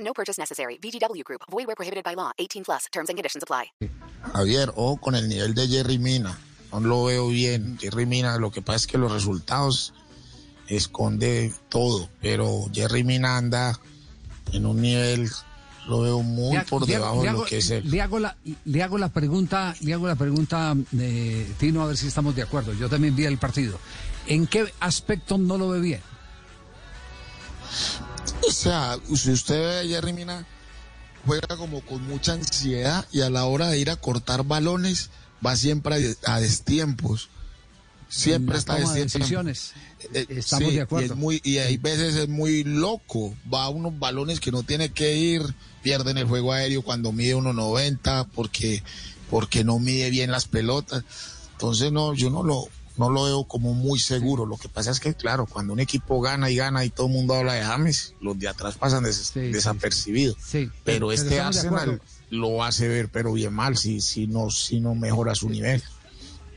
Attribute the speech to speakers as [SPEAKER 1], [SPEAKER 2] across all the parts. [SPEAKER 1] No purchase necessary. VGW Group. Void where prohibited by law. 18 plus. Terms and conditions apply.
[SPEAKER 2] Javier, ojo con el nivel de Jerry Mina. No lo veo bien. Jerry Mina, lo que pasa es que los resultados esconde todo, pero Jerry Mina anda en un nivel, lo veo muy
[SPEAKER 3] Le ha-
[SPEAKER 2] por
[SPEAKER 3] le hago-
[SPEAKER 2] debajo de
[SPEAKER 3] le
[SPEAKER 2] lo
[SPEAKER 3] hago-
[SPEAKER 2] que es él.
[SPEAKER 3] Le hago la, le hago la pregunta, le hago la pregunta, eh, Tino, a ver si estamos de acuerdo. Yo también vi el partido. ¿En qué aspecto no lo ve bien?
[SPEAKER 2] O sea, si usted ve a Jerry Mina, juega como con mucha ansiedad y a la hora de ir a cortar balones va siempre a des- a, destiempos. Siempre
[SPEAKER 3] La
[SPEAKER 2] está a
[SPEAKER 3] toma de
[SPEAKER 2] destiempo.
[SPEAKER 3] decisiones.
[SPEAKER 2] Eh,
[SPEAKER 3] Estamos
[SPEAKER 2] sí,
[SPEAKER 3] de
[SPEAKER 2] Y,
[SPEAKER 3] acuerdo.
[SPEAKER 2] es muy, y hay veces es muy loco. Va a unos balones que no tiene que ir, pierden el juego aéreo cuando mide 1.90 porque, porque no mide bien las pelotas. Entonces no, yo no lo, no lo veo como muy seguro. Lo que pasa es que, claro, cuando un equipo gana y gana y todo el mundo habla de James, los de atrás pasan des-
[SPEAKER 3] sí, sí.
[SPEAKER 2] desapercibidos.
[SPEAKER 3] Sí,
[SPEAKER 2] Pero,
[SPEAKER 3] pero
[SPEAKER 2] este
[SPEAKER 3] estamos de
[SPEAKER 2] Arsenal
[SPEAKER 3] acuerdo.
[SPEAKER 2] lo hace ver, pero bien mal, si, si, no, si no mejora su nivel.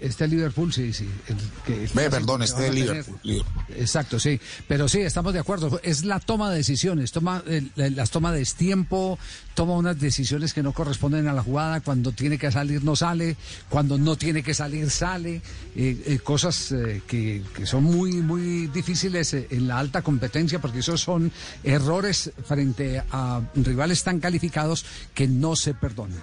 [SPEAKER 3] Este Liverpool, sí, sí. el que-
[SPEAKER 2] Ve,
[SPEAKER 3] el clásico
[SPEAKER 2] perdón,
[SPEAKER 3] que van
[SPEAKER 2] este
[SPEAKER 3] a tener.
[SPEAKER 2] Liverpool. Liverpool.
[SPEAKER 3] Exacto, sí. Pero sí, estamos de acuerdo. Es la toma de decisiones. Toma, eh, la- las toma de tiempo, toma unas decisiones que no corresponden a la jugada. Cuando tiene que salir, no sale. Cuando no tiene que salir, sale. Eh, eh, cosas eh, que, que son muy, muy difíciles eh, en la alta competencia, porque esos son errores frente a rivales tan calificados que no se perdonan.